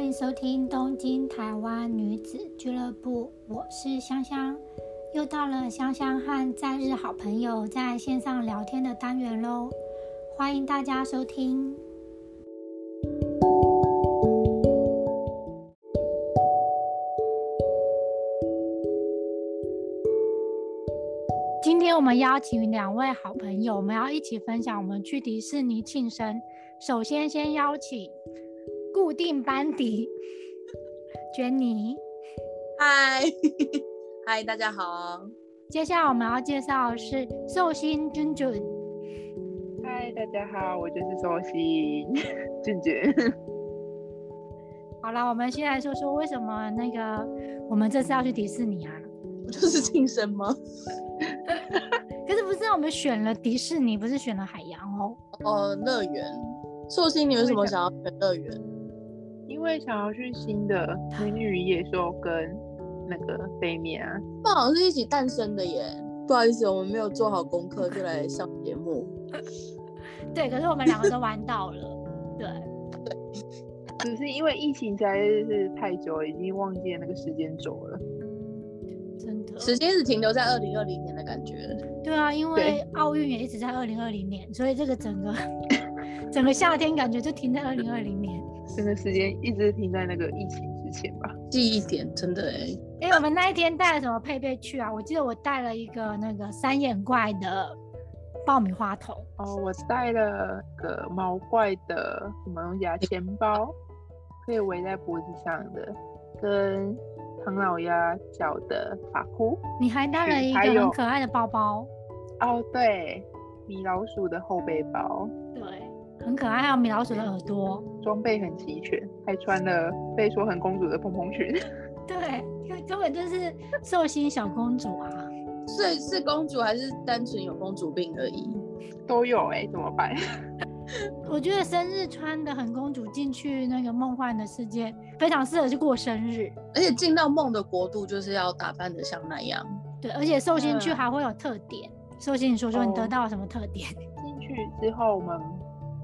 迎收听东京台湾女子俱乐部，我是香香。又到了香香和在日好朋友在线上聊天的单元喽，欢迎大家收听。今天我们邀请两位好朋友，我们要一起分享我们去迪士尼庆生。首先，先邀请固定班底 卷妮。嗨， 嗨，大家好。接下来我们要介绍的是寿星君君。嗨，大家好，我就是寿喜俊 俊。好了，我们先来说说为什么那个我们这次要去迪士尼啊？不就是庆生吗？可是不是我们选了迪士尼，不是选了海洋哦？哦，乐园。寿星，你为什么想要选乐园？因为想要去新的《美女与野兽》跟那个北面啊，那好像是一起诞生的耶。不好意思，我们没有做好功课就来上节目。对，可是我们两个都玩到了。对，只是因为疫情实在是太久了，已经忘记了那个时间轴了。真的。时间一直停留在二零二零年的感觉。对啊，因为对奥运也一直在二零二零年，所以这个整个 整个夏天感觉就停在二零二零年。整个时间一直停在那个疫情之前吧。记忆点真的哎、哎，我们那一天带了什么配备去啊？我记得我带了一个那个三眼怪的爆米花桶，哦，我带了个毛怪的什么东西啊？钱包，可以围在脖子上的，跟唐老鸭脚的发箍。你还带了嗯一还个很有可爱的包包，哦，对，米老鼠的后背包。对，很可爱，还有米老鼠的耳朵，装备很齐全，还穿了被说很公主的蓬蓬裙。 对，因为根本就是寿星小公主啊。是是公主还是单纯有公主病而已？都有哎、怎么办？ 我觉得生日穿的很公主进去那个梦幻的世界，非常适合去过生日。而且进到梦的国度，就是要打扮的像那样。对，而且寿星去嗯还会有特点。寿星，你说说你得哦到了什么特点？ 进去之后，我们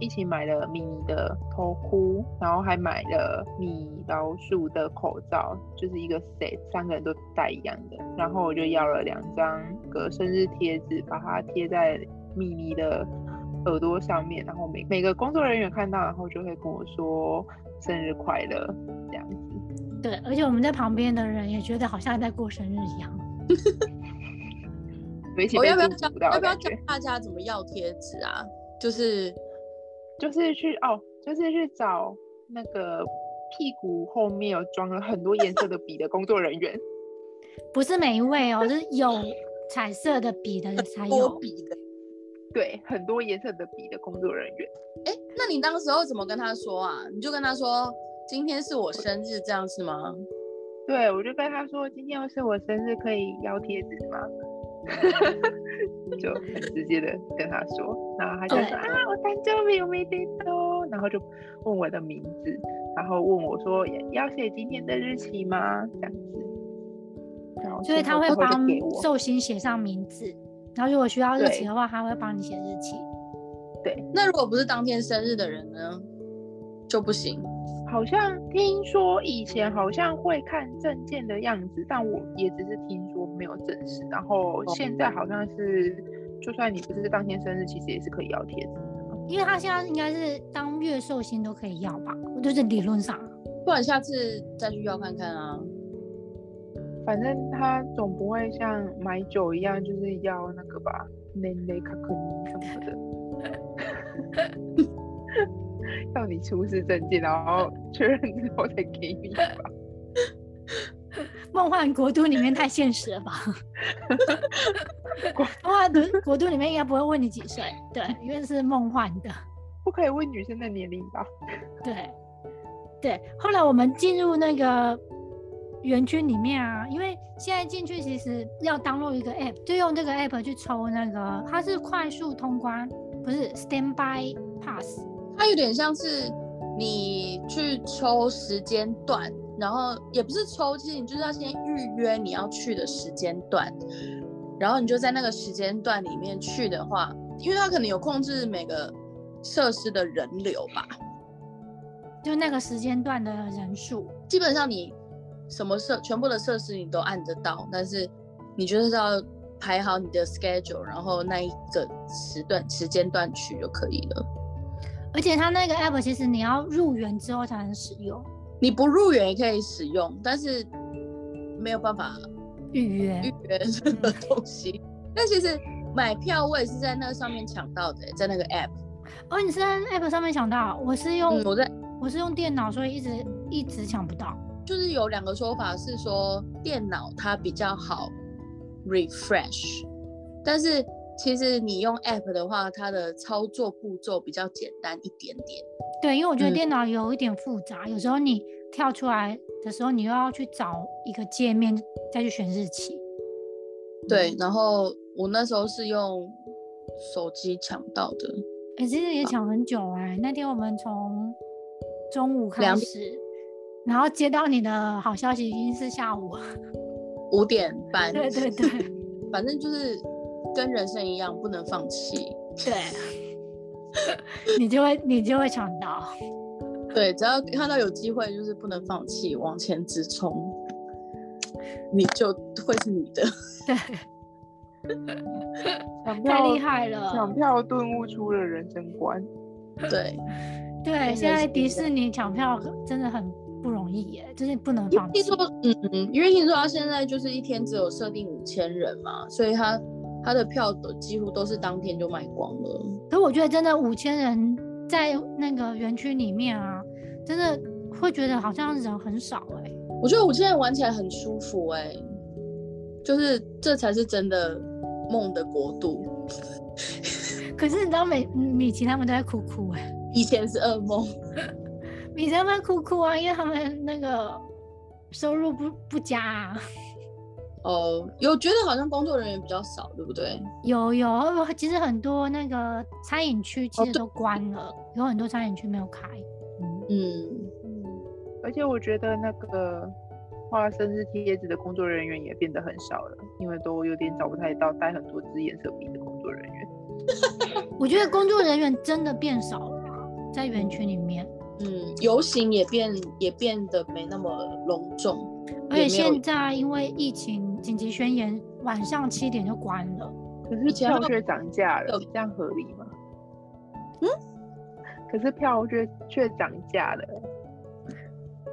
一起买了米妮的头箍，然后还买了米老鼠的口罩，就是一个 set，三个人都戴一样的。然后我就要了两张个生日贴纸，把它贴在米妮的耳朵上面，然后每每个工作人员看到，然后就会跟我说生日快乐这样子。对，而且我们在旁边的人也觉得好像在过生日一样。有一起我、被哦要不要祝教福到要的不要感教觉。大家怎么要贴纸啊？就是就是去哦，就是去找那个屁股后面有装了很多颜色的笔的工作人员， 不是每一位哦，就是有彩色的笔的才多有。笔的。对，很多颜色的笔的工作人员。哎，那你当时候怎么跟他说啊？你就跟他说今天是我生日，这样是吗？对，我就跟他说，今天是我生日，可以要贴纸吗？ 就很直接的跟他说，然后他就对说啊，我单周没有没得到，然后就问我的名字，然后问我说要写今天的日期吗？这样子。然后所以最他后会最后就帮给我，寿星写上名字，然后如果需要日期对的话，他会帮你写日期。那如果不是当天生日的人呢，就不行。好像听说以前好像会看证件的样子，但我也只是听说没有证实。然后现在好像是，就算你不是当天生日，其实也是可以要贴纸。因为他现在应该是当月寿星都可以要吧，就是理论上。不然下次再去要看看啊。反正它总不会像买酒一样，就是要那个吧，累累卡克尼什么的。 要你出示证件，然后确认之后再给你吧。梦幻国度里面太现实了吧？ 梦幻国国度里面应该不会问你几岁，对，因为是梦幻的，不可以问女生的年龄吧？对对。后来我们进入那个园区里面啊，因为现在进去其实要登录一个 app，就用这个 app 去抽那个，它是快速通关，不是 standby pass。它有点像是你去抽时间段，然后也不是抽，其实你就是要先预约你要去的时间段，然后你就在那个时间段里面去的话，因为它可能有控制每个设施的人流吧，就那个时间段的人数。基本上你什么设全部的设施你都按得到，但是你就是要排好你的 schedule，然后那一个时段时间段去就可以了。而且它那个 app 其实你要入园之后才能使用你不入园也可以使用，但是没有办法预约预，约任何东西。 但其实买票我也是在那上面抢到的、欸在那个 app。哦，你是在 app 上面抢到，我是用、嗯，我在我是用电脑，所以一直一直抢不到。就是有两个说法是说电脑它比较好 refresh，但是其实你用 app 的话，它的操作步骤比较简单一点点。对，因为我觉得嗯电脑有一点复杂，有时候你跳出来的时候，你又要去找一个界面再去选日期。对，然后我那时候是用手机抢到的，哎、其实也抢很久哎、那天我们从中午开两始，然后接到你的好消息已经是下午了。五点半。对对对反正就是跟人生一样，不能放弃。对， 你就会你就会抢到。对，只要看到有机会，就是不能放弃，往前直冲，你就会是你的。 对，太抢票厉害抢了。票顿悟出了人生观，对，对，人现在是迪一士样尼抢票真的很不容易耶、就是不能因放为弃听。说，嗯，因为听说他现在就是一天只有设定五千人嘛，所以他他的票都几乎都是当天就卖光了。可是我觉得真的五千人在那个园区里面啊，真的会觉得好像人很少哎、我觉得五千人玩起来很舒服哎、就是这才是真的梦的国度。可是你知道美嗯米奇他们都在哭哭哎、以前是噩梦，米奇他们哭哭啊，因为他们那个收入不不佳啊。哦、有觉得好像工作人员比较少，对不对？有有，其实很多那个餐饮区其哦实对都关了，有很多餐饮区没有开。嗯，嗯，嗯，而且我觉得那个画生日贴纸的工作人员也变得很少了，因为都有点找不太到带很多支颜色笔的工作人员。我觉得工作人员真的变少了啊，在园区里面。嗯，游行也变也变得没那么隆重，而也且没有现在因为疫情紧急宣言，晚上七点就关了。可以是前还有票却涨价了有，这样合理吗？嗯？可是票却却涨价了，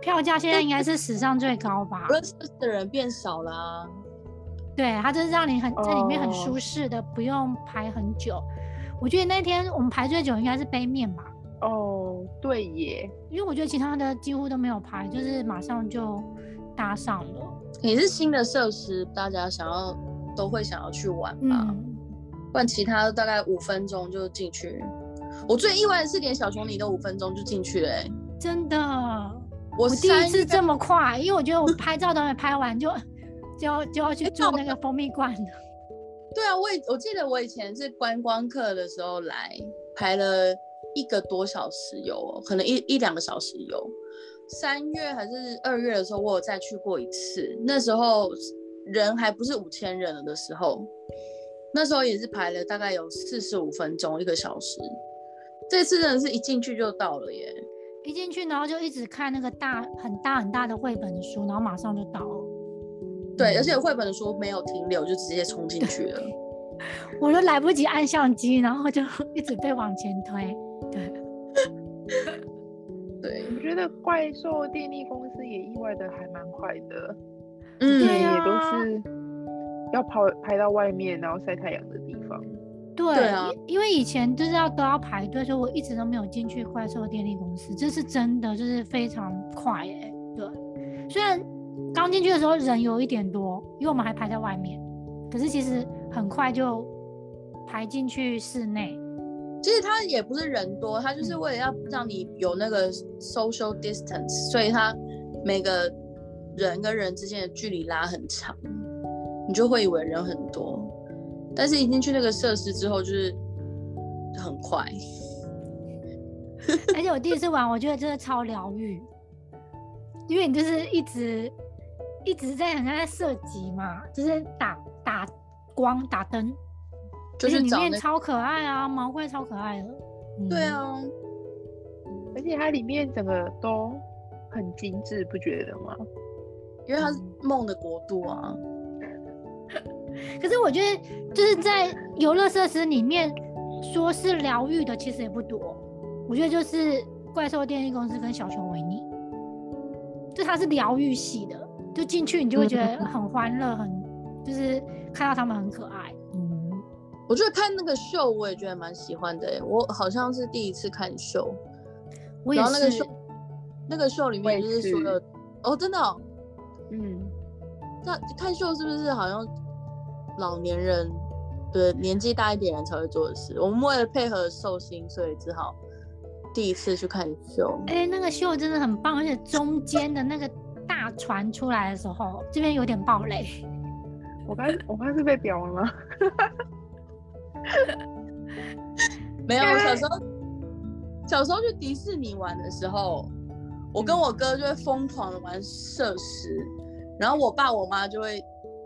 票价现在应该是史上最高吧不？认识的人变少啦、啊。对，它就是让你很在里面很哦舒适的，不用排很久。我觉得那天我们排最久应该是杯面吧，哦，对耶，因为我觉得其他的几乎都没有排，就是马上就搭上了。也是新的设施，大家想要都会想要去玩吧。嗯，不然其他大概五分钟就进去。我最意外的是，连小熊你都五分钟就进去了、欸。真的，我我第三一次月这么快，因为我觉得我拍照都没拍完就 就要就要去哎做那那个蜂蜜罐了。对啊，我以我记得我以前是观光客的时候来，排了一个多小时有、哦，可能一一两个小时有。三月还是二月的时候，我有再去过一次，那时候人还不是五千人了的时候，那时候也是排了大概有四十五分钟，一个小时。这次真的是一进去就到了耶！一进去，然后就一直看那个大很大很大的绘本书，然后马上就到了，嗯对，而且绘本的书没有停留，就直接冲进去 了。我都来不及按相机，然后就 一直被往前推。对，对，我觉得怪兽电力公司也意外的还蛮快的，嗯，对也啊都是要跑拍到外面，然后晒太阳的地方。对对啊因因为以前就是要都要排队，所以我一直都没有进去怪兽电力公司，这是真的，就是非常快哎、对，虽然刚进去的时候人有一点多，因为我们还排在外面，可是其实很快就排进去室内。其实它也不是人多，它嗯就是为了要让你有那个 social distance，所以它每个人跟人之间的距离拉很长，你就会以为人很多，但是一进去那个设施之后就是很快，而且我第一次玩，我觉得真的超疗愈，因为你就是一直一直在很像在射击嘛，就是打打光打灯，就而且是里找面那超可爱啊，毛怪超可爱的。嗯对，啊，而且它里面整个都很精致，不觉得吗？因为它是梦的国度啊。可是我觉得就是在游乐设施里面说是疗愈的，其实也不多。我觉得就是怪兽电力公司跟小熊维尼，就它是疗愈系的，就进去你就会觉得很欢乐，很就是看到他们很可爱。嗯，我觉得看那个秀，我也觉得蛮喜欢的耶、欸我好像是第一次看秀，我也然后那个是秀，，那个秀里面就我也是所有哦，真的、哦，嗯，那看秀是不是好像老年人，对年纪大一点人才会做的事？我们为了配合寿星，所以只好第一次去看秀。哎、那个秀真的很棒，而且中间的那个大船出来的时候，这边有点爆雷。我刚我刚是被表了吗？ 没有，我小时候小时候去迪士尼玩的时候，我跟我哥就会疯狂的玩设施，然后我爸我妈就会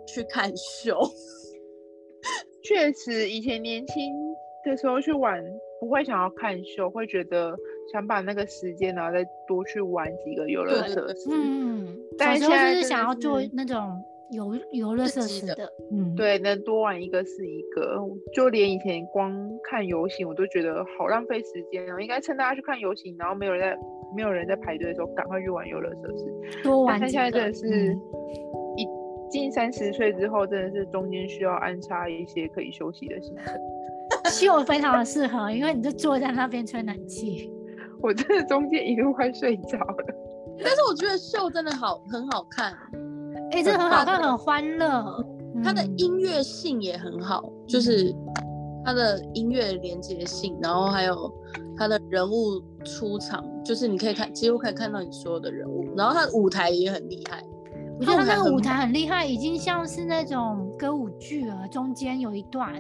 去看秀。 确实，以前年轻的时候去玩，不会想要看秀，会觉得想把那个时间，然后再多去玩几个游乐对设对施。嗯，小但时候现就在是真想的要做是那种游游乐自设己施的的，嗯，，对，能多玩一个是一个，就连以前光看游行，我都觉得好浪费时间哦。应该趁大家去看游行，然后没有人在没有人在排队的时候，赶快去玩游乐设施。多玩但几现在真个的。是 嗯一近三十岁之后，真的是中间需要安插一些可以休息的行程。秀非常的适合，因为你就坐在那边吹冷气。我真的中间一度快睡着了。但是我觉得秀真的好很好看，哎、这很很好棒看，的很欢乐。它的嗯音乐性也很好，就是它的音乐连接性，然后还有它的人物出场，就是你可以看几乎可以看到你所有的人物，然后它的舞台也很厉害。我觉得他那个舞很台很厉害，已经像是那种歌舞剧了。中间有一段，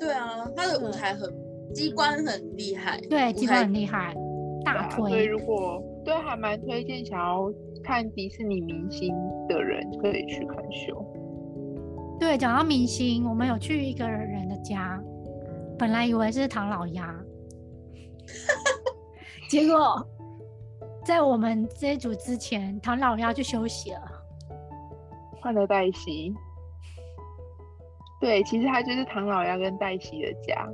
对啊，他的舞台很机关很厉害，对，舞机关台很厉害，对大啊所以推。如果对还蛮推荐想要看迪士尼明星的人可以去看秀。对，讲到明星，我们有去一个人的家，本来以为是唐老鸭，结果在我们这一组之前，唐老鸭就休息了。换了黛西。对，其实它就是唐老鸭跟黛西的家。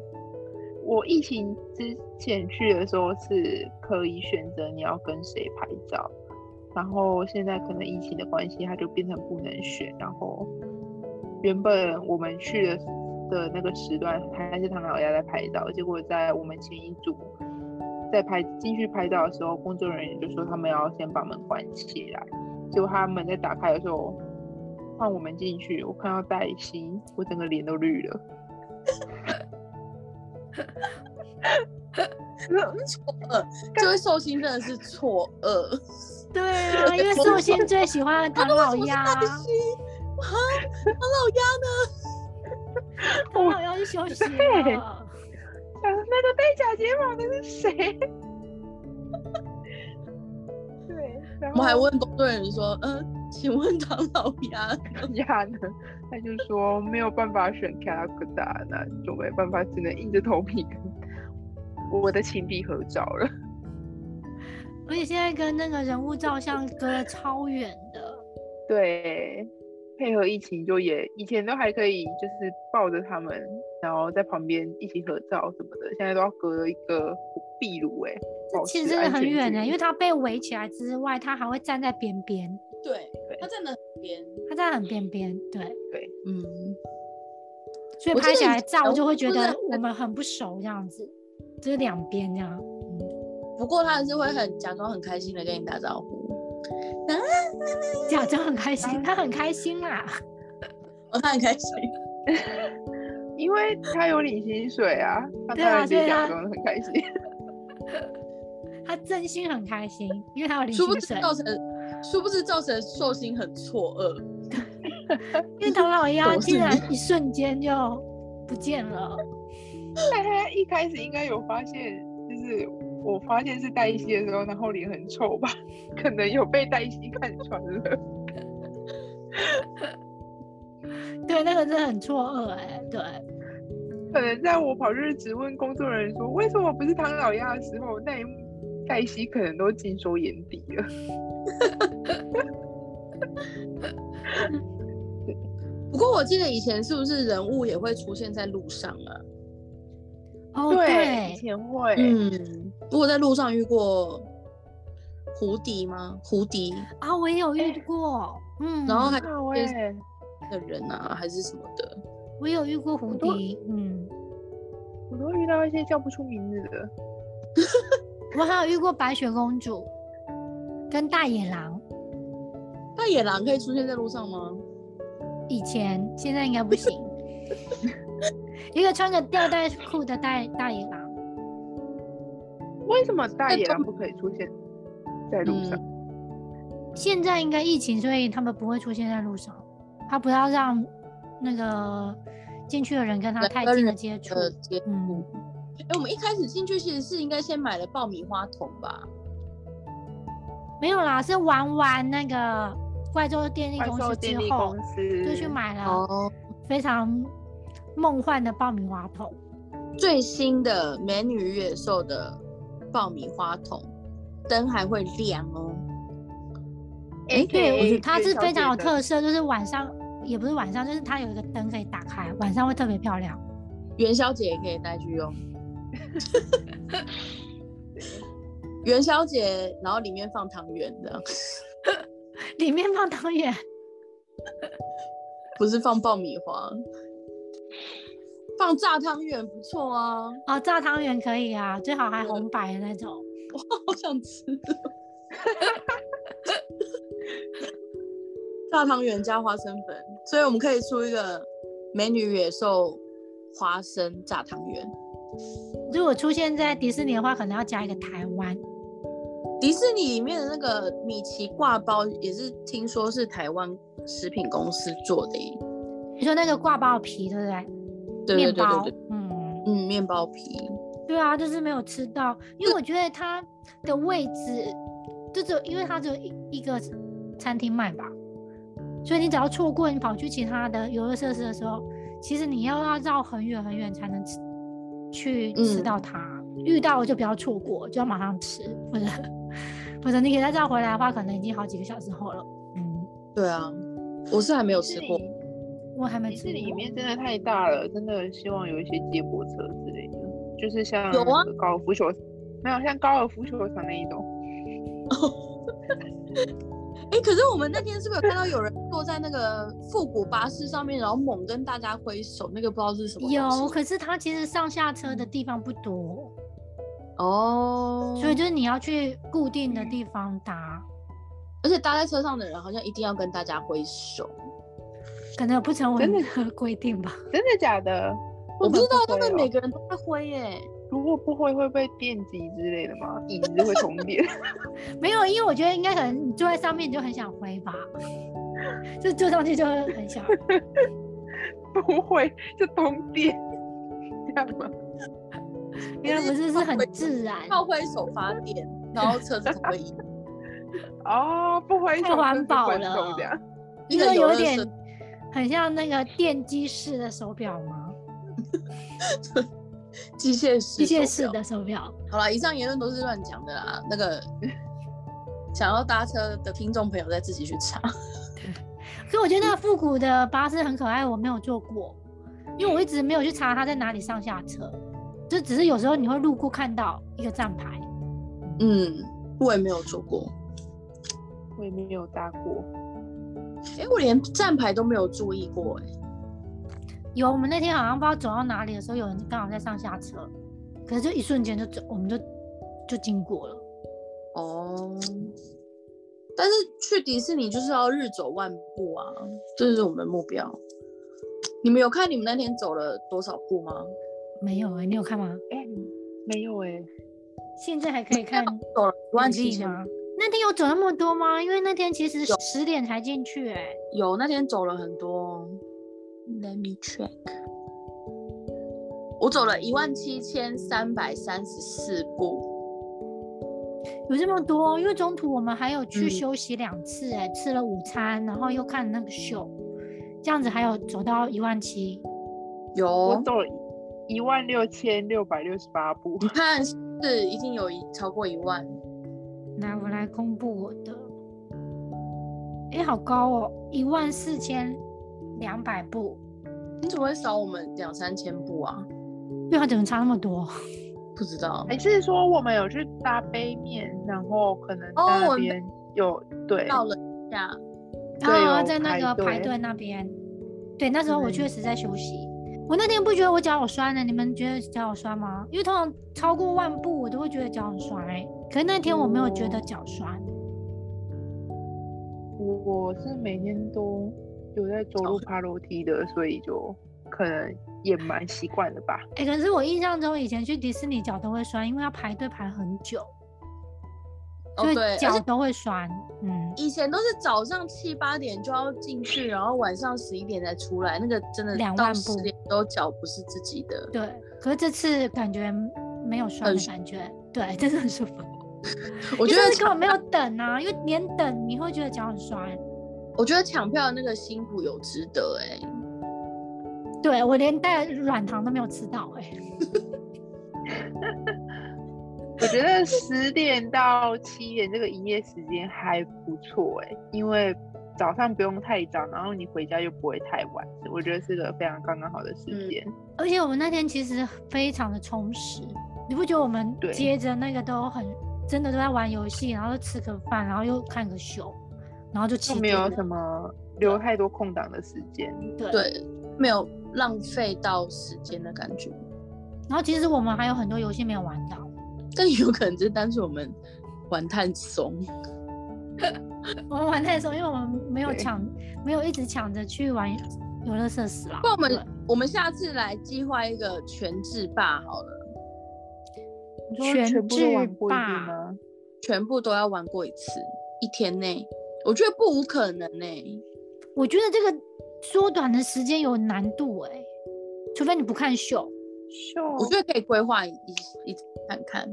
我疫情之前去的时候是可以选择你要跟谁拍照，然后现在可能疫情的关系，它就变成不能选。然后原本我们去的的那个时段还是唐老鸭在拍照，结果在我们前一组在拍进去拍照的时候，工作人员就说他们要先把门关起来。结果他门在打开的时候，换我们进去，我看到黛西，我整个脸都绿了。这位寿星真的是错愕， 对啊，因为寿星最喜欢唐老鸭，他为什么是黛西？啊，唐老鸭呢？唐老鸭就休息了。想那个戴假睫毛的是谁？ 对，然我后们还问工作人员说，嗯、请问唐老鸭亚呢，他就说没有办法选卡拉克达，那就没办法，只能硬着头皮跟我的情敌合照了。而且现在跟那个人物照相隔得超远的，对，配合疫情就也以前都还可以，就是抱着他们，然后在旁边一起合照什么的，现在都要隔一个壁炉哎、保其实持真的安很全距远呢、离因为他被围起来之外，他还会站在边边，对，他站得很边，他站很边边，对，嗯，所以我拍记起得来以照前就会觉我得真我们很不熟这样子，就是两边这样。不过他还是会很假装很开心的跟你打招呼，假装很开 心，他很开心啦。哦，他很开心。因为他有领薪水啊，他对当啊然可对以假啊装得很开心。 他真心很开心，因为他有领殊不薪知水。造成，殊不知造成寿星很错愕。因为唐老鸭懂竟事然一瞬间就不见了，但他一开始应该有发现，就是我发现是黛西的时候，然后脸很臭吧，可能有被黛西看穿了。对，那个真的很错愕哎、对，可能在我跑去质问工作人员说为什么不是唐老鸭的时候，那一幕黛西可能都尽收眼底了。不过我记得以前是不是人物也会出现在路上啊？哦，以对，前会，嗯，我在路上遇过胡迪吗？胡迪，啊，我也有遇过，嗯，然后还好也哎、是的人啊，还是什么的？我有遇过胡很多迪，嗯，我都遇到一些叫不出名字的。我还有遇过白雪公主跟大野狼，大野狼可以出现在路上吗？以前现在应该不行，一个穿着吊带裤的大大野狼。为什么大但野他狼不可以出现在路上？嗯现在应该疫情，所以他们不会出现在路上，他不要让那个进去的人跟他人太跟近的人接触。呃，接触。嗯哎、我们一开始进去其实是应该先买了爆米花桶吧？没有啦，是玩完那个怪兽电力怪公兽司电之力后公，司就去买了，哦非常梦幻的爆米花桶。最新的美女与野兽的爆米花桶，灯还会亮哦。哎，对，我觉得它月是小非姐常有的特色，就是晚上也不是晚上，就是它有一个灯可以打开，晚上会特别漂亮。元宵节也可以带去用。元宵节，然后里面放汤圆的，里面放汤圆，不是放爆米花，放炸汤圆不错啊，哦，炸汤圆可以啊，最好还嗯红白的那种。好想吃。炸汤圆加花生粉，所以我们可以出一个美女与野兽花生炸汤圆。如果出现在迪士尼的话，可能要加一个台湾。迪士尼里面的那个米奇挂包也是听说是台湾食品公司做的耶，你说那个挂包皮，对不对？对对面对包对对，，嗯，嗯，面包皮，对啊，就是没有吃到，因为我觉得它的位置就只有，因为它只有一一个餐厅卖吧，所以你只要错过，你跑去其他的游乐设施的时候，其实你要要绕很远很远才能吃去吃嗯到它。遇到了就不要错过，就要马上吃，或者或者你给它绕回来的话，可能已经好几个小时后了。嗯，对啊，我是还没有迪吃士尼过，我还没迪吃士过。尼里面真的太大了，真的希望有一些接驳车之类的，就是像有啊那个高尔夫球，没有像高尔夫球场那一种，哎、可是我们那天是不是有看到有人坐在那个复古巴士上面，然后猛跟大家挥手，那个不知道是什么东西，有，可是它其实上下车的地方不多，哦，所以就是你要去固定的地方搭，而且搭在车上的人好像一定要跟大家挥手，可能有不成文真的 规定吧。真的假的？我不知道他他哦们们哦每个人都在挥耶、 如果不会会被电击之类的吗？椅子会重叠，没有，因为我觉得应该可能你坐在上面你就很想回吧，就坐上去就会很 想。 不会就通电，这样吗？原来不是是很自然，靠挥手发电，然后车子才会移。哦，不挥太手环就是保分了手这样。一你个说游 有乐点设很像那个电机式的手表吗？机械式机械手式表的手表。好啦，以上言论都是乱讲的啦。那个想要搭车的听众朋友再自己去查。可我觉得那个嗯复古的巴士很可爱，我没有坐过，因嗯为我一直没有去查它在哪里上下车，就只是有时候你会路过看到一个站牌。嗯，我也没有坐过，我也没有搭过，哎、我连站牌都没有注意过、诶有，我们那天好像不知道走到哪里的时候，有人刚好在上下车，可是就一瞬间就走，我们就就经过了。哦，但是去迪士尼就是要日走万步啊，这是我们的目标。你们有看你们那天走了多少步吗？没有哎、你有看吗？哎、没有哎、现在还可以看走了一万履七历千吗？那天有走那么多吗？因为那天其实十点才进去哎、有那天走了很多。Let me check，我走了一万七千三百三十四步。有这么多，哦因为中途我们还有去嗯休息两次、哎、吃了午餐，然后又看了那个秀，这样子还有走到一万七，有，哦我走了，一万六千六百六十八步。你看是一定有一超过一万，来，我来公布我的。哎，好高哦，一万四千两百步，你怎么会少我们两三千步啊？对啊，怎么差那么多？不知道，哎，是说我们有去搭杯面，然后可能哦在我那们边有、对到了一下，对啊，有在那排个排队队那边。对，那时候我嗯确实在休息。我那天不觉得我脚好酸呢、你们觉得脚好酸吗？因为通常超过万步我都会觉得脚很酸哎、可是那天我没有觉得哦脚酸。我是每天都有在走路爬楼梯的，所以就可能也蛮习惯的吧。哎、可是我印象中以前去迪士尼脚都会酸，因为要排队排很久，哦所以对，而脚且都会酸。嗯，以前都是早上七八点就要进去，然后晚上十一点才出来，那个真的两到万步十点都脚不是自己的。对。可是这次感觉没有酸很的舒感觉，对，真的很舒服。我觉得根抢，本没有等啊，因为连等你会觉得脚很酸。我觉得抢票的那个辛苦有值得哎、对我连带软糖都没有吃到哎、我觉得十点到七点这个营业时间还不错哎、因为早上不用太早，然后你回家又不会太晚，我觉得是个非常刚刚好的时嗯间。而且我们那天其实非常的充实，你不觉得我们对接着那个都很真的都在玩游戏，然后吃个饭，然后又看个秀，然后就七就没点有了什么留太多空档的时间。对。对，没有浪费到时间的感觉。然后其实我们还有很多游戏没有玩到，但有可能只是单纯我们玩太松，我们玩太松，因为我们没有对抢，没有一直抢着去玩游乐设施啦。不然我对们我们下次来计划一个全制霸好了，你说全全部都玩智过一遍霸吗？全部都要玩过一次，一天内，我觉得不无可能呢、我觉得这个缩短的时间有难度哎、除非你不看秀。秀我觉得可以规划一一次看看。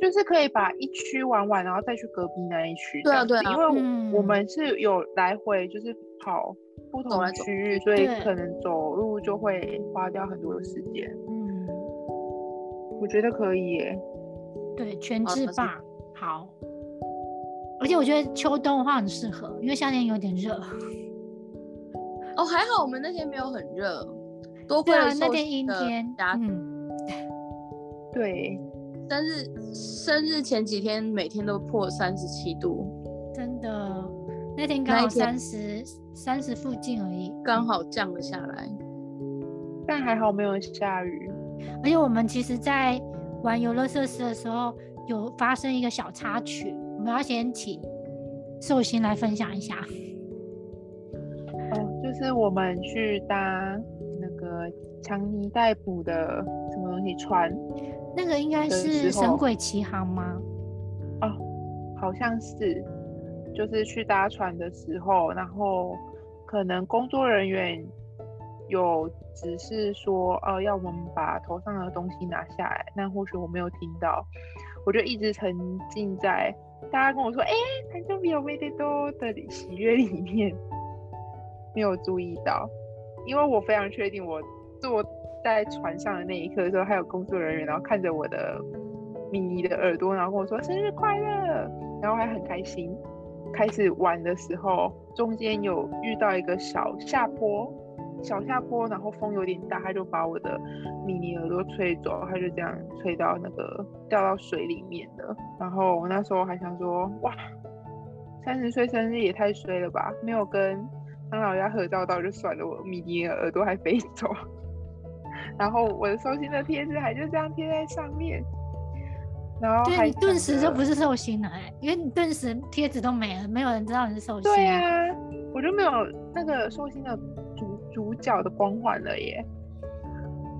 就是可以把一区玩完，然后再去隔壁那一区这对啊样子。对啊因为嗯我我们是有来回就是跑不走同来的走区域，所以对可能走路就会花掉很多的时间。嗯，我觉得可以耶，对，全哦好制那是霸好。而且我觉得秋冬的话很适合，因为夏天有点热。哦，还好我们那天没有很热，多亏对了啊，那天阴天，家嗯，对，生日生日前几天每天都破三十七度，真的，那天刚那好一天三十三十附近而已。刚好降了下来。但还好没有下雨。而且我们其实，在玩游乐设施的时候，有发生一个小插曲，我们要先请寿星来分享一下。哦，就是我们去搭那个强尼戴普的什么东西船，那个应该的是《时候神鬼奇航》吗？好像是，就是去搭船的时候，然后可能工作人员有只是说，呃，要我们把头上的东西拿下来，但或许我没有听到，我就一直沉浸在大家跟我说，哎、欸，誕生日有没得多的喜悦里面，没有注意到，因为我非常确定我坐在船上的那一刻的时候，还有工作人员，然后看着我的米妮的耳朵，然后跟我说生日快乐，然后还很开心。开始玩的时候，中间有遇到一个小下坡，小下坡，然后风有点大，他就把我的米妮耳朵吹走，他就这样吹到那个掉到水里面了。然后我那时候还想说，哇，三十岁生日也太衰了吧，没有跟唐老鸭合照到就算了，我米妮的耳朵还飞走。 然后我的寿星的贴纸还就这样贴在上面，然后对哦还你顿想时就着不是寿星了、欸，因为你顿时贴纸都没了，没有人知道你是寿星。对啊，我就没有那个寿星的主主角的光环了耶。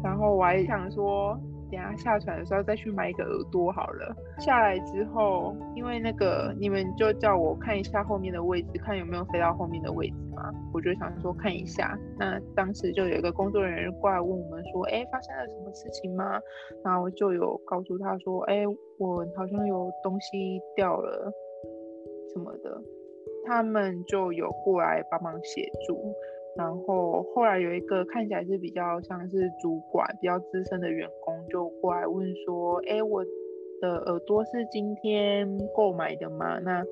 然后我还想说，等一下下船的时候再去买一个耳朵好了。下来之后，因为那个你们就叫我看一下后面的位置，看有没有飞到后面的位置嘛。我就想说看一下。那当时就有一个工作人员过来问我们说，哎，发生了什么事情吗？然后我就有告诉他说，哎，我好像有东西掉了什么的。他们就有过来帮忙协助，然后后来有一个看起来是比较像是主管、比较资深的员工，就过来问说：“哎，我的耳朵是今天购买的吗？那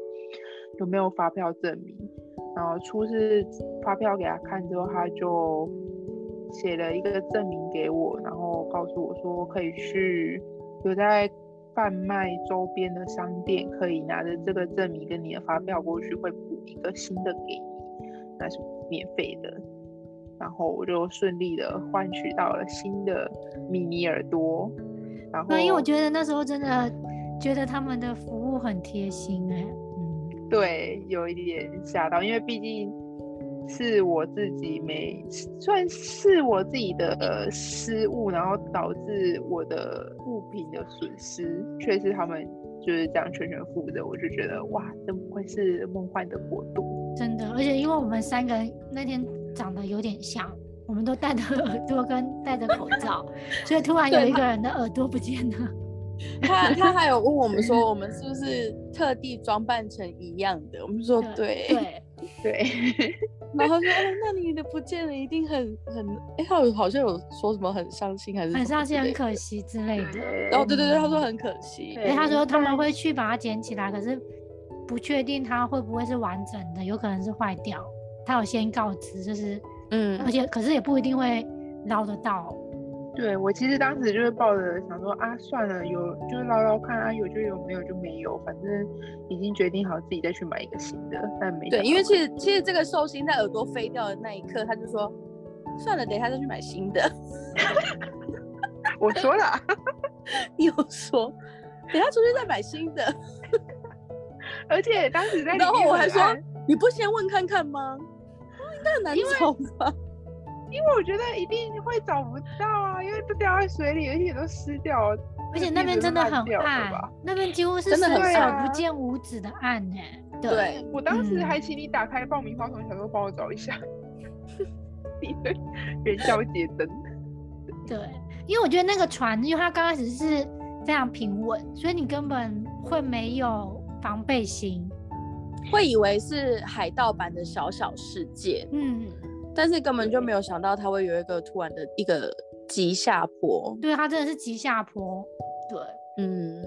有没有发票证明？”然后出示发票给他看之后，他就写了一个证明给我，然后告诉我说可以去有在贩卖周边的商店，可以拿着这个证明跟你的发票过去，会补一个新的给你，那是免费的。然后我就顺利的换取到了新的迷你耳朵。然后那因为我觉得那时候真的觉得他们的服务很贴心哎、嗯，对，有一点吓到，因为毕竟是我自己没，算是我自己的呃失误，然后导致我的物品的损失，却是他们就是这样全权负责，我就觉得哇，真不愧是梦幻的国度，真的，而且因为我们三个人那天长得有点像，我们都戴着耳朵跟戴着口罩，所以突然有对一个人的耳朵不见了。他他还有问我们 说，我们是不是特地装扮成一样的？我们说哦对，对，对， 然后说、哦，那你的不见了，一定很很，哎、他有好像有说什么很伤心还是很伤心，很可。可惜之类的。 哦，对对对，他说很可惜，哎，对他说他们会去把它捡起来，可是不确定它会不会是完整的，有可能是坏掉。他有先告知，就是嗯而且可是也不一定会捞得到。对我其实当时就是抱着想说啊，算了，有就是捞捞看啊，有就有，没有就没有，反正已经决定好自己再去买一个新的，但没对，想因为到其实其实这个寿星在耳朵飞掉的那一刻，他就说算了，等一下再去买新的。 我说了，又说等一下出去再买新的，而且当时在里然后面我很还说暗你不先问看看吗？哦应该很难因为找吧？因为我觉得一定会找不到啊，因为都掉在水里，而且都湿掉了，而且就那变边真成的烂很掉了暗吧，那边几乎是真的伸很啊手暗不见五指的暗哎、对我当时嗯还请你打开爆米花筒，想说帮我找一下你的元宵节灯。对，因为我觉得那个船，因为它刚开始是非常平稳，所以你根本会没有防备心。会以为是海盗版的小小世界，嗯，但是根本就没有想到它会有一个突然的一个急下坡。对，它真的是急下坡。对，嗯，嗯，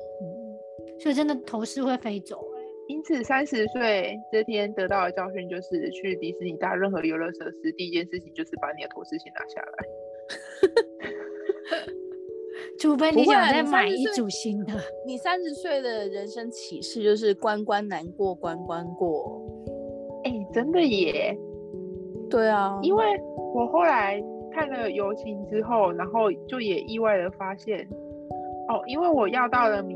所以真的头饰会飞走、因此，三十岁这天得到的教训就是，去迪士尼搭任何游乐设施，第一件事情就是把你的头饰先拿下来。除非不你会想啊再你买30一岁组新的。你三十岁的人生启示就是关关难过关关过。哎、真的耶！对啊，因为我后来看了游行之后，然后就也意外的发现，哦，因为我要到了米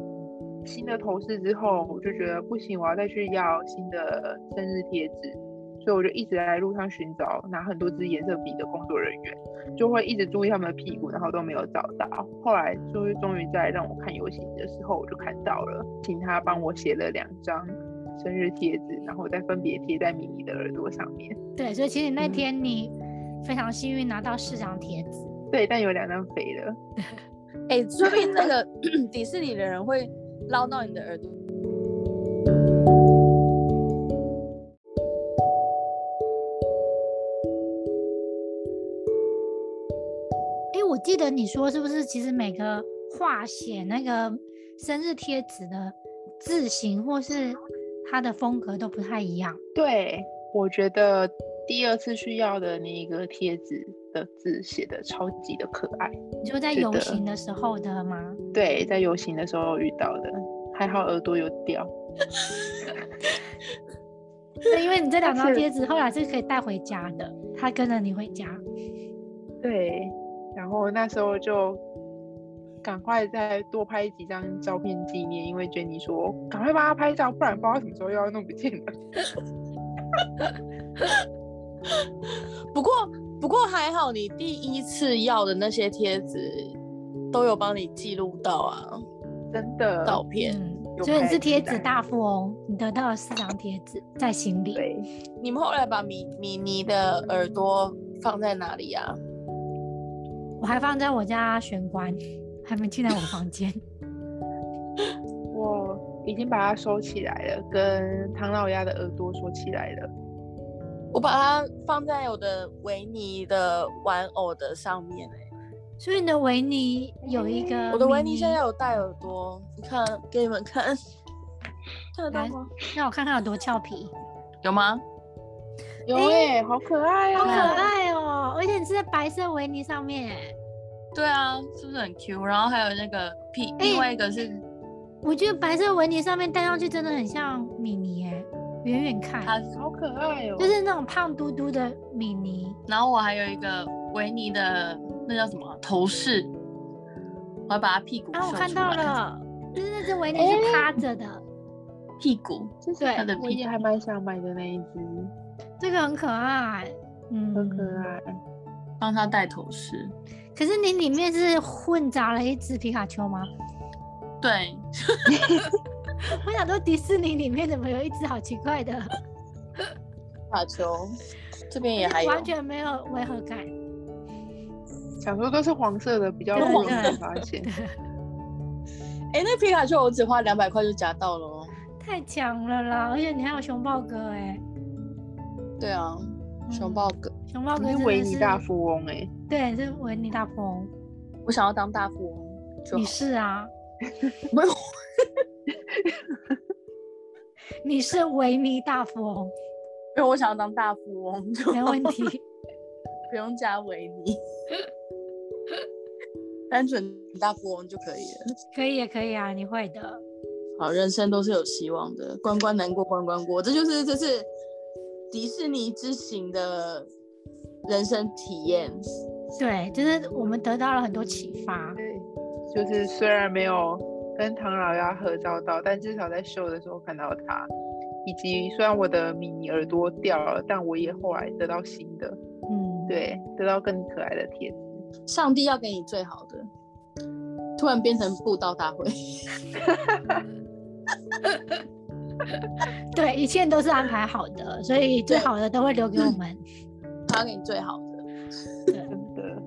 新的头饰之后，我就觉得不行，我要再去要新的生日贴纸，所以我就一直在路上寻找拿很多支颜色笔的工作人员，就会一直注意他们的屁股，然后都没有找到。后来就是终于在让我看游行的时候，我就看到了，请他帮我写了两张生日贴纸，然后再分别贴在米妮的耳朵上面。对，所以其实那嗯天你非常幸运拿到市长贴纸。对，但有两张肥的。哎、说不定那个 迪士尼的人会捞到你的耳朵。哎、我记得你说是不是？其实每个画写那个生日贴纸的字形或是它的风格都不太一样。对，我觉得第二次去要的那个贴纸的字写的超级的可爱。你说在是游的行的时候的 吗？对，在游行的时候遇到的，还好耳朵有掉。对，因为你这两而张且贴纸后来是可以带回家的，它跟着你回家。对，然后那时候就赶快再多拍几张照片纪念，因为珍妮说赶快帮他拍照，不然不知道什么时候又要弄不见了。不过不过还好，你第一次要的那些贴纸都有帮你记录到啊，真的，照片。嗯，有所以你拍是起贴纸来大富翁，你得到了四张贴纸在心里。对，你们后来把米米妮的耳朵放在哪里啊？我还放在我家玄关，还没进来我房间。 我已经把它收起来了，跟唐老鸭的耳朵收起来了。我把它放在我的维尼的玩偶的上面、欸所以你的维尼有一个，我的维尼现在，有戴耳朵，你看给你们看，看得到来吗？让我看看有多俏皮，有吗？有哎哎、好可爱好啊！可爱哦，而且你是在白色维尼上面欸耶，对啊，是不是很 Q？然后还有那个屁，哎另外一个是我觉得白色维尼上面戴上去真的很像米妮耶，远远看它，好可爱哦！就是那种胖嘟嘟的米妮，然后我还有一个维尼的那叫什么啊头饰，我要把它屁股啊，我秀看出到来， 了，就是那只维哎尼是趴着的，屁股，就是对它的我屁也股。还蛮想买的那一只，这个很可爱，嗯，很可。爱。帮他戴头饰。可是你里面是混杂了一只皮卡丘吗？ 对，我想说迪士尼里面怎么有一只好奇怪的，卡球这边也还有，完全没有违和感。想说都是黄色的，比较对不容对易发现。哎、那皮卡丘我只花两百块就夹到了哦。太强了啦！而且你还有熊抱哥哎、对啊，熊嗯抱哥，熊抱哥你真是的维尼大是，富翁哎、对，是维尼大富翁，我想要当大富翁就好你是啊，没有你是维尼大富翁，没有，我想要当大富翁，就没问题。 不用加维尼， 单纯大富翁就可以了。可以啊，可以啊，你会的。好，人生都是有希望的，关关难过关关过，这就是这是迪士尼之行的人生体验。对，就是我们得到了很多启发。对，就是虽然没有跟唐老鸭合照到，但至少在秀的时候看到它，以及虽然我的迷你耳朵掉了，但我也后来得到新的，嗯，，对，得到更可爱的贴纸。上帝要给你最好的。突然变成布道大会， 对，一切都是安排好的，所以最好的都会留给我们。他要给你最好的。真的，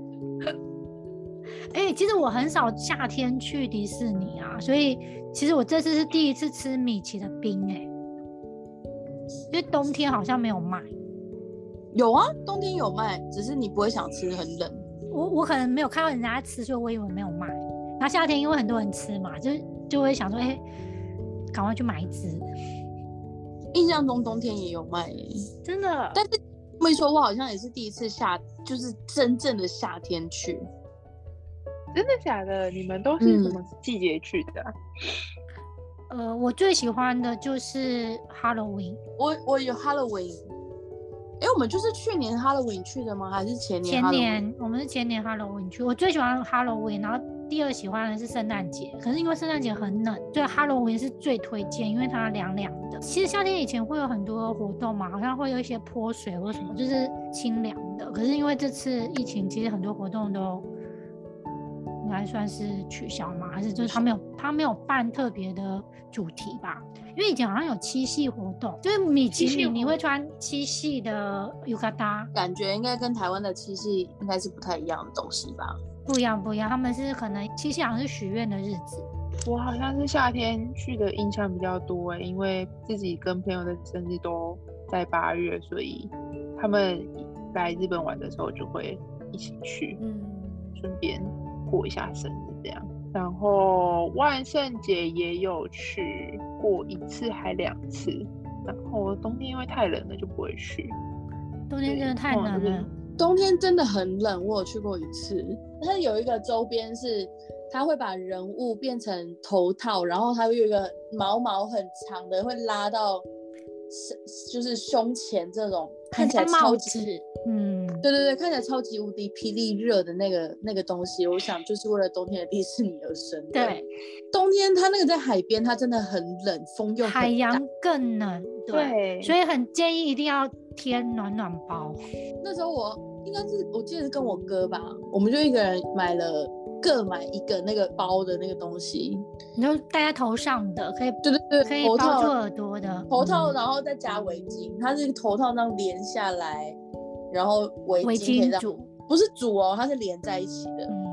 哎、其实我很少夏天去迪士尼啊，所以其实我这次是第一次吃米奇的冰哎、因为冬天好像没有卖。有啊，冬天有卖，只是你不会想吃，很冷。我我可能没有看到人家在吃，所以我以为没有卖。然后夏天因为很多人吃嘛，就是就会想说，哎、赶快去买一只。印象中冬天也有卖耶、真的，但是这么一说，我好像也是第一次夏，就是真正的夏天去。真的假的？你们都是什嗯么季节去的啊、呃，我最喜欢的就是 Halloween，我我有 Halloween，哎、我们就是去年 Halloween 去的吗？还是前年？前年我们是前年 Halloween 去，我最喜欢 Halloween，然后第二喜欢的是圣诞节，可是因为圣诞节很冷，所以 Halloween 是最推荐，因为它凉凉的。其实夏天以前会有很多活动嘛，好像会有一些泼水或什么，就是清凉的。可是因为这次疫情，其实很多活动都应该算是取消嘛，还是就是他没有他没有办特别的主题吧？因为以前好像有七夕活动，就是米其七夕林你活会穿七夕的浴衣搭。感觉应该跟台湾的七夕应该是不太一样的东西吧？不一样，不一样，他们是可能七夕好像是许愿的日子，我好像是夏天去的印象比较多哎、因为自己跟朋友的生日都在八月，所以他们来日本玩的时候就会一起去。嗯，顺便过一下生日这样。然后万圣节也有去过一次还两次，然后冬天因为太冷了就不会去。冬天真的太对冷嗯了，冬天真的很冷，我有去过一次。它有一个周边是，它会把人物变成头套，然后它会有一个毛毛很长的，会拉到是就是胸前这种，看起来很像帽超子级，嗯，对对对，看起来超级无敌霹雳热的那个那个东西，我想就是为了冬天的迪士尼而生的。对，，冬天它那个在海边，它真的很冷，风又很大海洋更冷，对，对所以很建议一定要贴暖暖包，那时候我应该是我记得是跟我哥吧，我们就一个人买了各买一个那个包的那个东西，你就戴在头上的，可以对对可以对，头包住套耳朵的头套，嗯然后再加围巾，它是头套那样连下来，然后围围巾可以巾让组，不是组哦，它是连在一起的。嗯，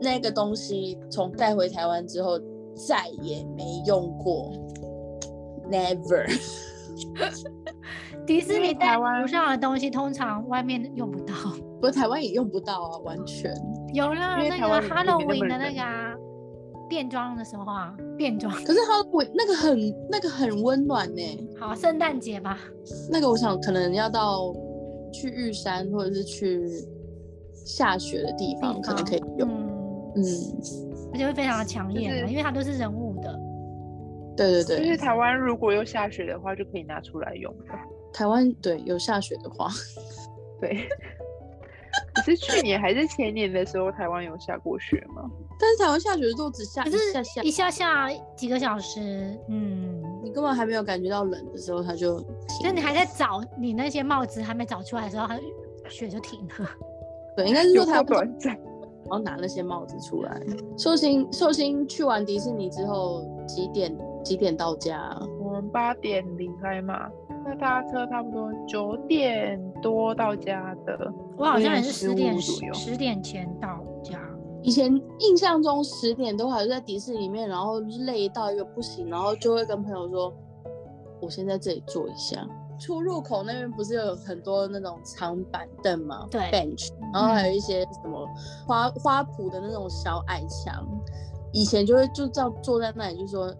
那个东西从带回台湾之后再也没用过，never。 迪士因为尼台带湾不上的东西，通常外面用不到。不过台湾也用不到啊，完全。有啦，因为那台湾个也没那么 Halloween 的那冷个啊，变装的时候啊，变装。可是它我那个很那个很温暖呢、好，圣诞节吧，那个我想可能要到去玉山或者是去下雪的地方，地可能方可以用。嗯，嗯，而且会非常的抢就眼啊、是因为它都是人物的。对对就对是，台湾如果有下雪的话，就可以拿出来用了。台湾对有下雪的话，对。可是去年还是前年的时候，台湾有下过雪吗？但是台湾下雪都只下可啊一是下下，一下下几个小时，嗯，你根本还没有感觉到冷的时候，它就就停你了。还在找你那些帽子还没找出来的时候，它雪就停了。对，应该是有说过台湾短暂。然后拿那些帽子出来。寿星寿星去完迪士尼之后几点几点到家啊？我们八点离开嘛，那搭车差不多九点多到家的。我好像也是15十点左右十点前到家。以前印象中十点都还是在迪士尼里面，然后累到一个不行，然后就会跟朋友说，我先在这里坐一下。出入口那边不是有很多那种长板凳吗？对，bench，然后还有一些什么花花圃的那种小矮墙。以前就会就这样坐在那里，就说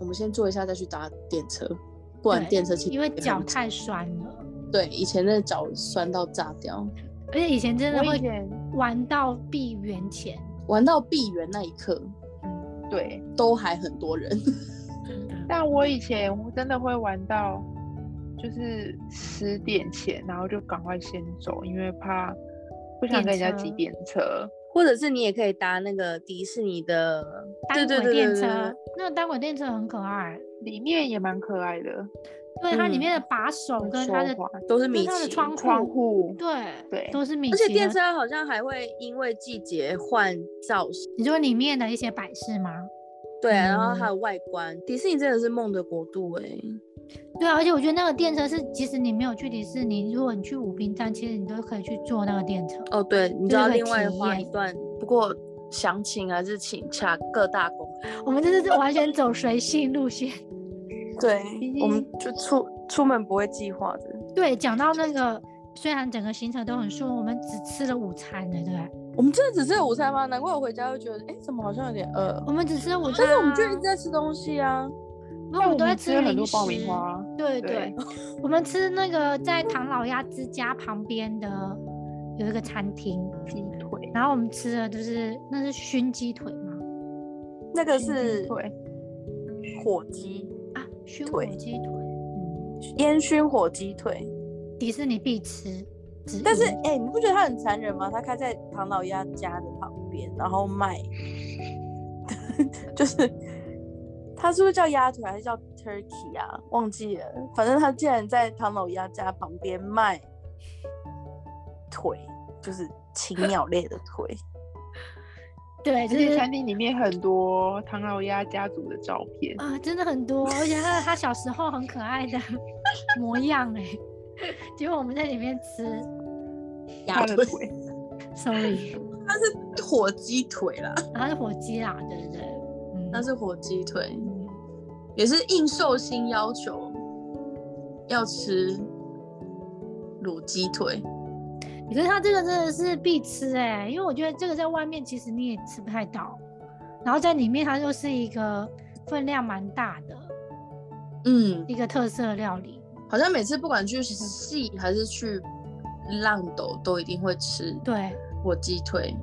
我们先坐一下再去搭电车，不然对电车其实因为也很脚太酸了，对，以前那脚酸到炸掉，而且以前真的我以会前玩到闭园前，玩到闭园那一刻对，都还很多人，真的但我以前我真的会玩到，就是十点前，然后就赶快先走，因为怕不想跟电人家车挤电车。或者是你也可以搭那个迪士尼的单轨电车，那个单轨电车很可爱，里面也蛮可爱的，对它里嗯面的把手很跟奢它的华都是跟米它的奇窗窗户，户对对都是米而且奇电的车好像还会因为季节换造型，你说里面的一些摆饰吗？对嗯啊、然后还有外观。迪士尼真的是梦的国度哎、对啊，而且我觉得那个电车是，即使你没有去迪士尼，如果你去武滨站，其实你都可以去坐那个电车。哦，对，你就是知道个另外体花一验段，不过详情还是请洽各大公司。我们这是完全走随性路线。对竟我们就出出门不会计划的。对，讲到那个，虽然整个行程都很顺，我们只吃了午餐的，对不对？我们真的只吃了午餐吗？难怪我回家会觉得，哎、怎么好像有点饿。我们只吃了嗯午餐、但是我们就一直，在吃东西啊。因为我们都在吃了零食。很多爆米花，对对对，我们吃那个在唐老鸭之家旁边的有一个餐厅，鸡腿，然后我们吃的就是那是熏鸡腿吗？那嗯个熏鸡是腿，火鸡，啊，熏火腿鸡腿，嗯，烟熏火鸡腿。迪士尼必吃之一。但是，嗯哎、你不觉得它很残忍吗？它开在唐老鸭家的旁边，然后卖， 就是它是不是叫鸭腿还是叫 turkey 啊？忘记了，反正它竟然在唐老鸭家旁边卖腿，就是 禽鸟类的腿。对，而就且是餐厅里面很多唐老鸭家族的照片，啊、真的很多，而且他他小时候很可爱的模样哎、 结果我们在里面吃他鸭的腿 腿， ，sorry，火鸡腿啦，然后是火鸡啦，对对对，嗯，那是火鸡腿，嗯也是应寿星要求要吃卤鸡腿。可是他这个真的是必吃哎、因为我觉得这个在外面其实你也吃不太到，然后在里面它就是一个分量蛮大的嗯，一个特色料理，好像每次不管去戏还是去浪斗，都一定会吃对，火鸡腿。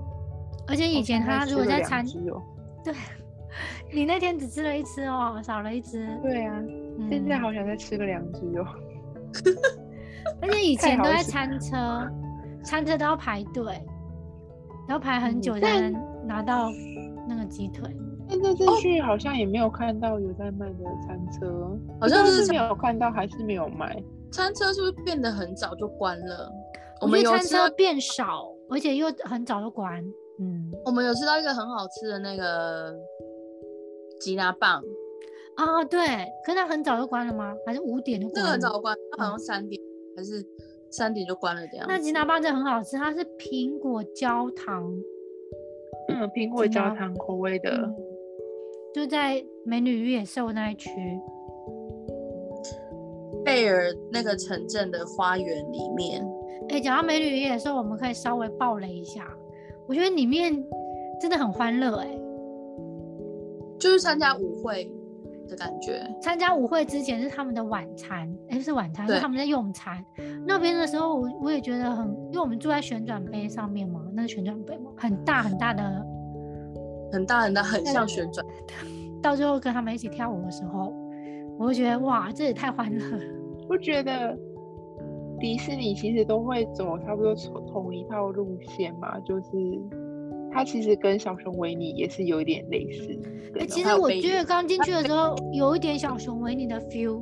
而且以前我现他如果哦吃了在两餐，只哦对， 你那天只吃了一只哦，少了一只，对啊，现在嗯好想再吃个两只哦。而且以太前都好在吃餐车，餐车都要排队，要排很嗯久才但能拿到那个鸡腿。但这次去好像也没有看到有在卖的餐车，好像不知道是是没有看到还是没有卖。餐车是不是变得很早就关了？我觉们得有餐吃车到，变少，而且又很早就关。嗯我们有吃到一个很好吃的那个吉拿棒，啊，对，可是它很早就关了吗？还是五点就那关个了？很早关，它好像三点、还是三点就关了的样嗯那子。吉拿棒真的很好吃，它是苹果焦糖， 嗯，苹果真的焦糖口味的嗯，就在美女与野兽那一区。贝尔那个城镇的花园里面。哎、讲到美女夜的时候，我们可以稍微爆雷一下，我觉得里面真的很欢乐哎、就是参加舞会的感觉。参加舞会之前是他们的晚餐，哎、不是晚餐，是对他们在用餐。那边的时候，我我也觉得很，因为我们住在旋转杯上面嘛，那是旋转杯嘛，很大很大的，很大很大，很对像旋转。到最后跟他们一起跳舞的时候，我会觉得哇，这也太欢乐了。我觉得迪士尼其实都会走差不多同同一套路线嘛，就是它其实跟小熊维尼也是有一点类似哎、的。其还实有我贝觉尔得刚进去的时候有一点小熊维尼的 feel，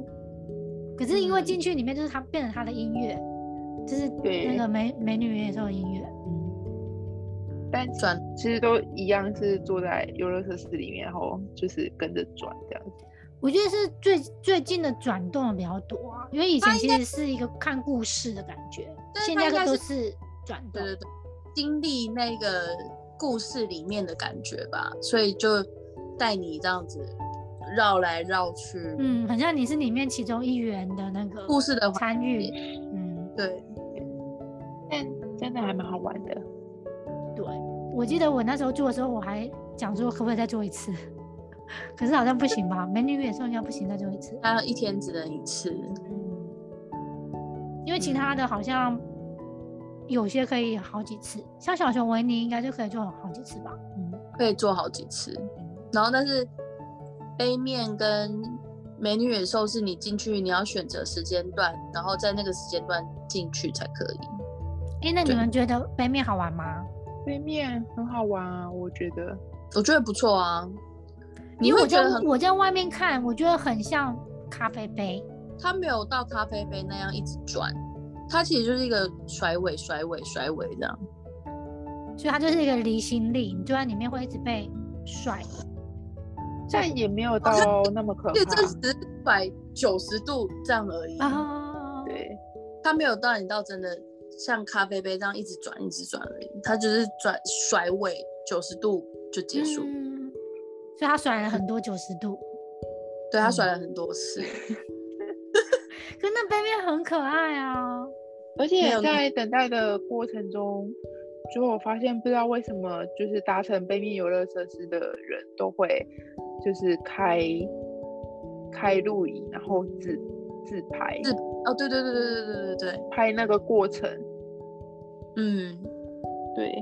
可是因为嗯进去里面就是他变成他的音乐，就是那对个美美女与野兽的音乐。但转其实都一样，是坐在游乐设施里面，然后就是跟着转这样子。我觉得是最最近的转动的比较多啊，因为以前它应其该实是一个看故事的感觉，对现它应在该都是是转动对。对对，经历那个故事里面的感觉吧，所以就带你这样子绕来绕去，嗯，很像你是里面其中一员的那个故事的环参与。嗯，对，但真的还蛮好玩的。对。我记得我那时候做的时候，我还讲说可不可以再做一次， 可是好像不行吧，美女与野兽应该不行再做一次。它一天只能一次。嗯，因为嗯其他的好像有些可以好几次，像小熊维尼应该就可以做好几次吧。嗯，可以做好几次。然后但是杯面跟美女野兽是你进去你要选择时间段，然后在那个时间段进去才可以。哎、那你对们觉得杯面好玩吗？对面很好玩啊，我觉得。我觉得不错啊，你因为会我觉在得很我在外面看，我觉得很像咖啡杯，它没有到咖啡杯那样一直转，它其实就是一个甩尾甩尾甩尾这样。所以它就是一个离心力，你就在里面会一直被甩。哦但也没有好像到那么可对，这怕。只是摆九十度这样而已，啊，对，它没有到你到真的像咖啡杯这样一直转一直转而已，它就是转甩尾九十度就结束。嗯所以他甩了很多九十度，对他甩嗯了很多次，可是那杯面很可爱啊。而没且有那在等待的过程中，就我发现不知道为什么，就是搭乘背面游乐设施的人都会就是开开录影，然后自自拍自哦，对对对对对对对对，拍那个过程。嗯，对，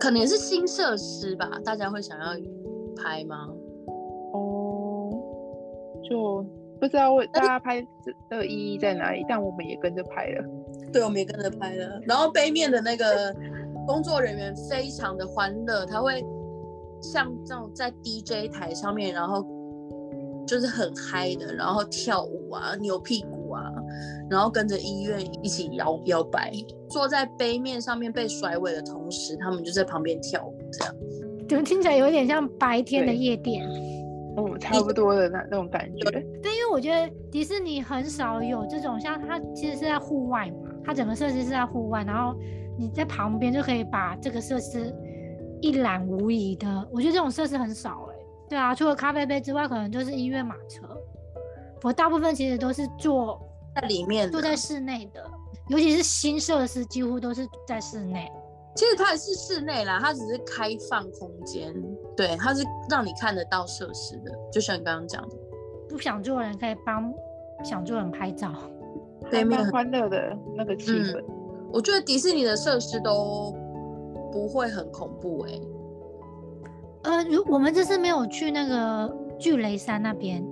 可能也是新设施吧，大家会想要拍吗？哦，就不知道为大家拍这的意义在哪里，但我们也跟着拍了。对，我们也跟着拍了。然后背面的那个工作人员非常的欢乐，他会像这种在 DJ 台上面，然后就是很嗨的，然后跳舞啊，扭屁股啊，然后跟着音乐一起摇摇摆。坐在背面上面被甩尾的同时，他们就在旁边跳舞，这样怎么听起来有点像白天的对夜店？嗯，差不多的那那种感觉。对，因为我觉得迪士尼很少有这种，像它其实是在户外嘛，它整个设施是在户外，然后你在旁边就可以把这个设施一览无遗的。我觉得这种设施很少哎、对啊，除了咖啡杯之外，可能就是音乐马车。我大部分其实都是坐在里面坐的在室内的，尤其是新设施，几乎都是在室内。其实它也是室内啦，它只是开放空间，对，它是让你看得到设施的，就像你刚刚讲的，不想做的人可以帮想做的人拍照。背还面蛮很欢乐的那个气嗯氛，我觉得迪士尼的设施都不会很恐怖哎、呃，如我们这次没有去那个巨雷山那边，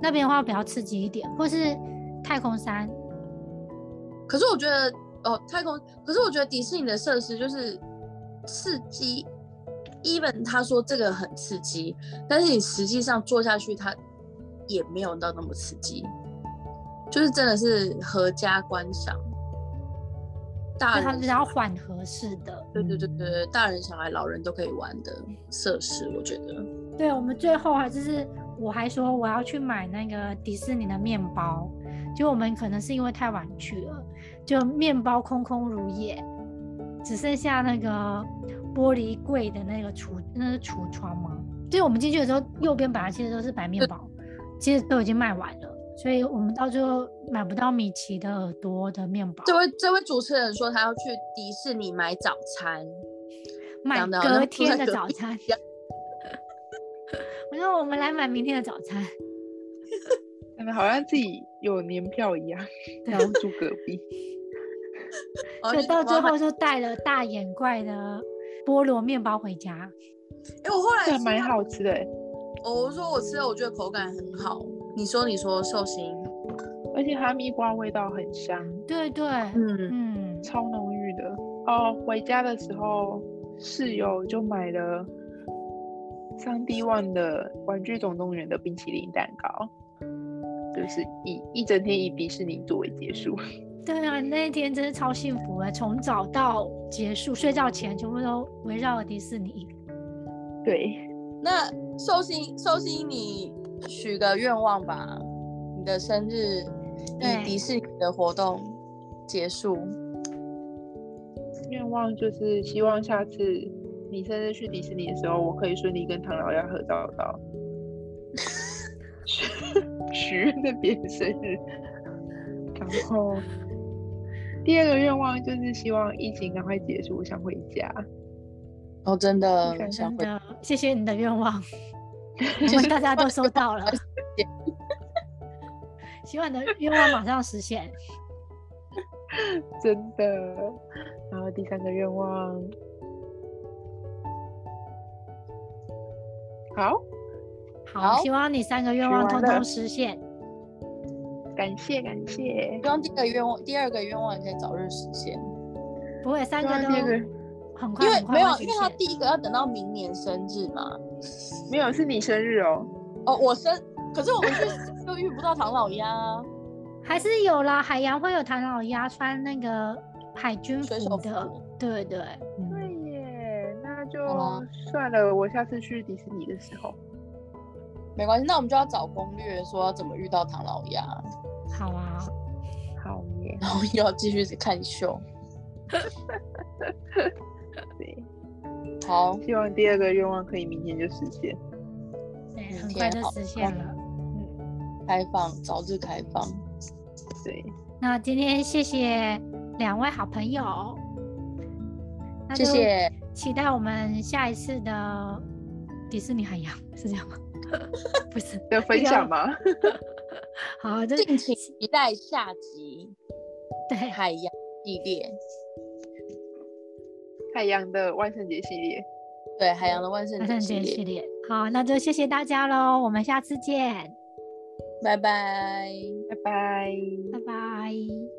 那边的话比较刺激一点，或是太空山。可是我觉得哦，太空，可是我觉得迪士尼的设施就是刺激，even 他说这个很刺激，但是你实际上做下去，它也没有到那么刺激，就是真的是合家观赏，大就它人比较缓和式的。对对对对，对，大人小孩老人都可以玩的设施，我觉得。对，我们最后啊，就是我还说我要去买那个迪士尼的面包，就我们可能是因为太晚去了，就面包空空如也，只剩下那个玻璃柜的那个橱，那是橱窗吗？就是我们进去的时候，右边本来其实都是白面包，其实都已经卖完了，所以我们到最后买不到米奇的耳朵的面包，这位这位主持人说他要去迪士尼买早餐，买讲得好隔像住天在的隔早壁餐一样。 我说我们来买明天的早 餐，真的好像自己有年票一样， 对然后住隔 壁。然后所以到哦就想说最要买，后就带了大眼怪的菠萝面包回家。哎，我后来对，吃蛮到好吃的欸，哦我说我吃了，我觉得口感很好。你说你说寿星，而且哈密瓜味道很香，对对，嗯，嗯，超浓郁的。哦，回家的时候室友就买了三 D One 的《玩具总动员》的冰淇淋蛋糕，就是以一整天以迪士尼作为结束。对啊，那一天真是超幸福啊！从早到结束，睡觉前全部都围绕了迪士尼。对，那寿星寿星，你许个愿望吧，你的生日对以迪士尼的活动结束。愿望就是希望下次你生日去迪士尼的时候，我可以顺利跟唐老鸭合照到。许许愿的别人生日，然后第二个愿望就是希望疫情赶快结束，我想回家。哦，真的感想真回的，谢谢你的愿 望，我其们实大家都收到了。希望你的愿望马上实现。真的。然后第三个愿望，好，好，好啊希望你三个愿许望完通了通实现。感谢感谢。希望第一个愿望，第二个愿望也可以早日实现，不会，三希个望都第二个很快，因为很快没有会，实因为他现第一个要等到明年生日嘛。没有是你生日哦，哦，我生，可是我们去 就遇不到唐老鸭啊，还是有啦，海洋会有唐老鸭穿那个海军水手服的服，对对，嗯，对耶，那就好啦算了，我下次去迪士尼的时候，没关系，那我们就要找攻略，说要怎么遇到唐老鸭，好啊，好耶，然后又要继续看 秀。对，好，希望第二个愿望可以明天就实现。对，明很快天就好实现看了。开放，早日开放。对，那今天谢谢两位好朋友，那谢就谢，期待我们下一次的迪士尼海洋 是这样吗？不是，的分享吗？好，就敬请期待下集对，海洋系列， 太阳的万圣节系列，对海洋的万圣万圣节系节系列，列，好，那就谢谢大家喽，我们下次见，拜拜。拜拜。拜拜。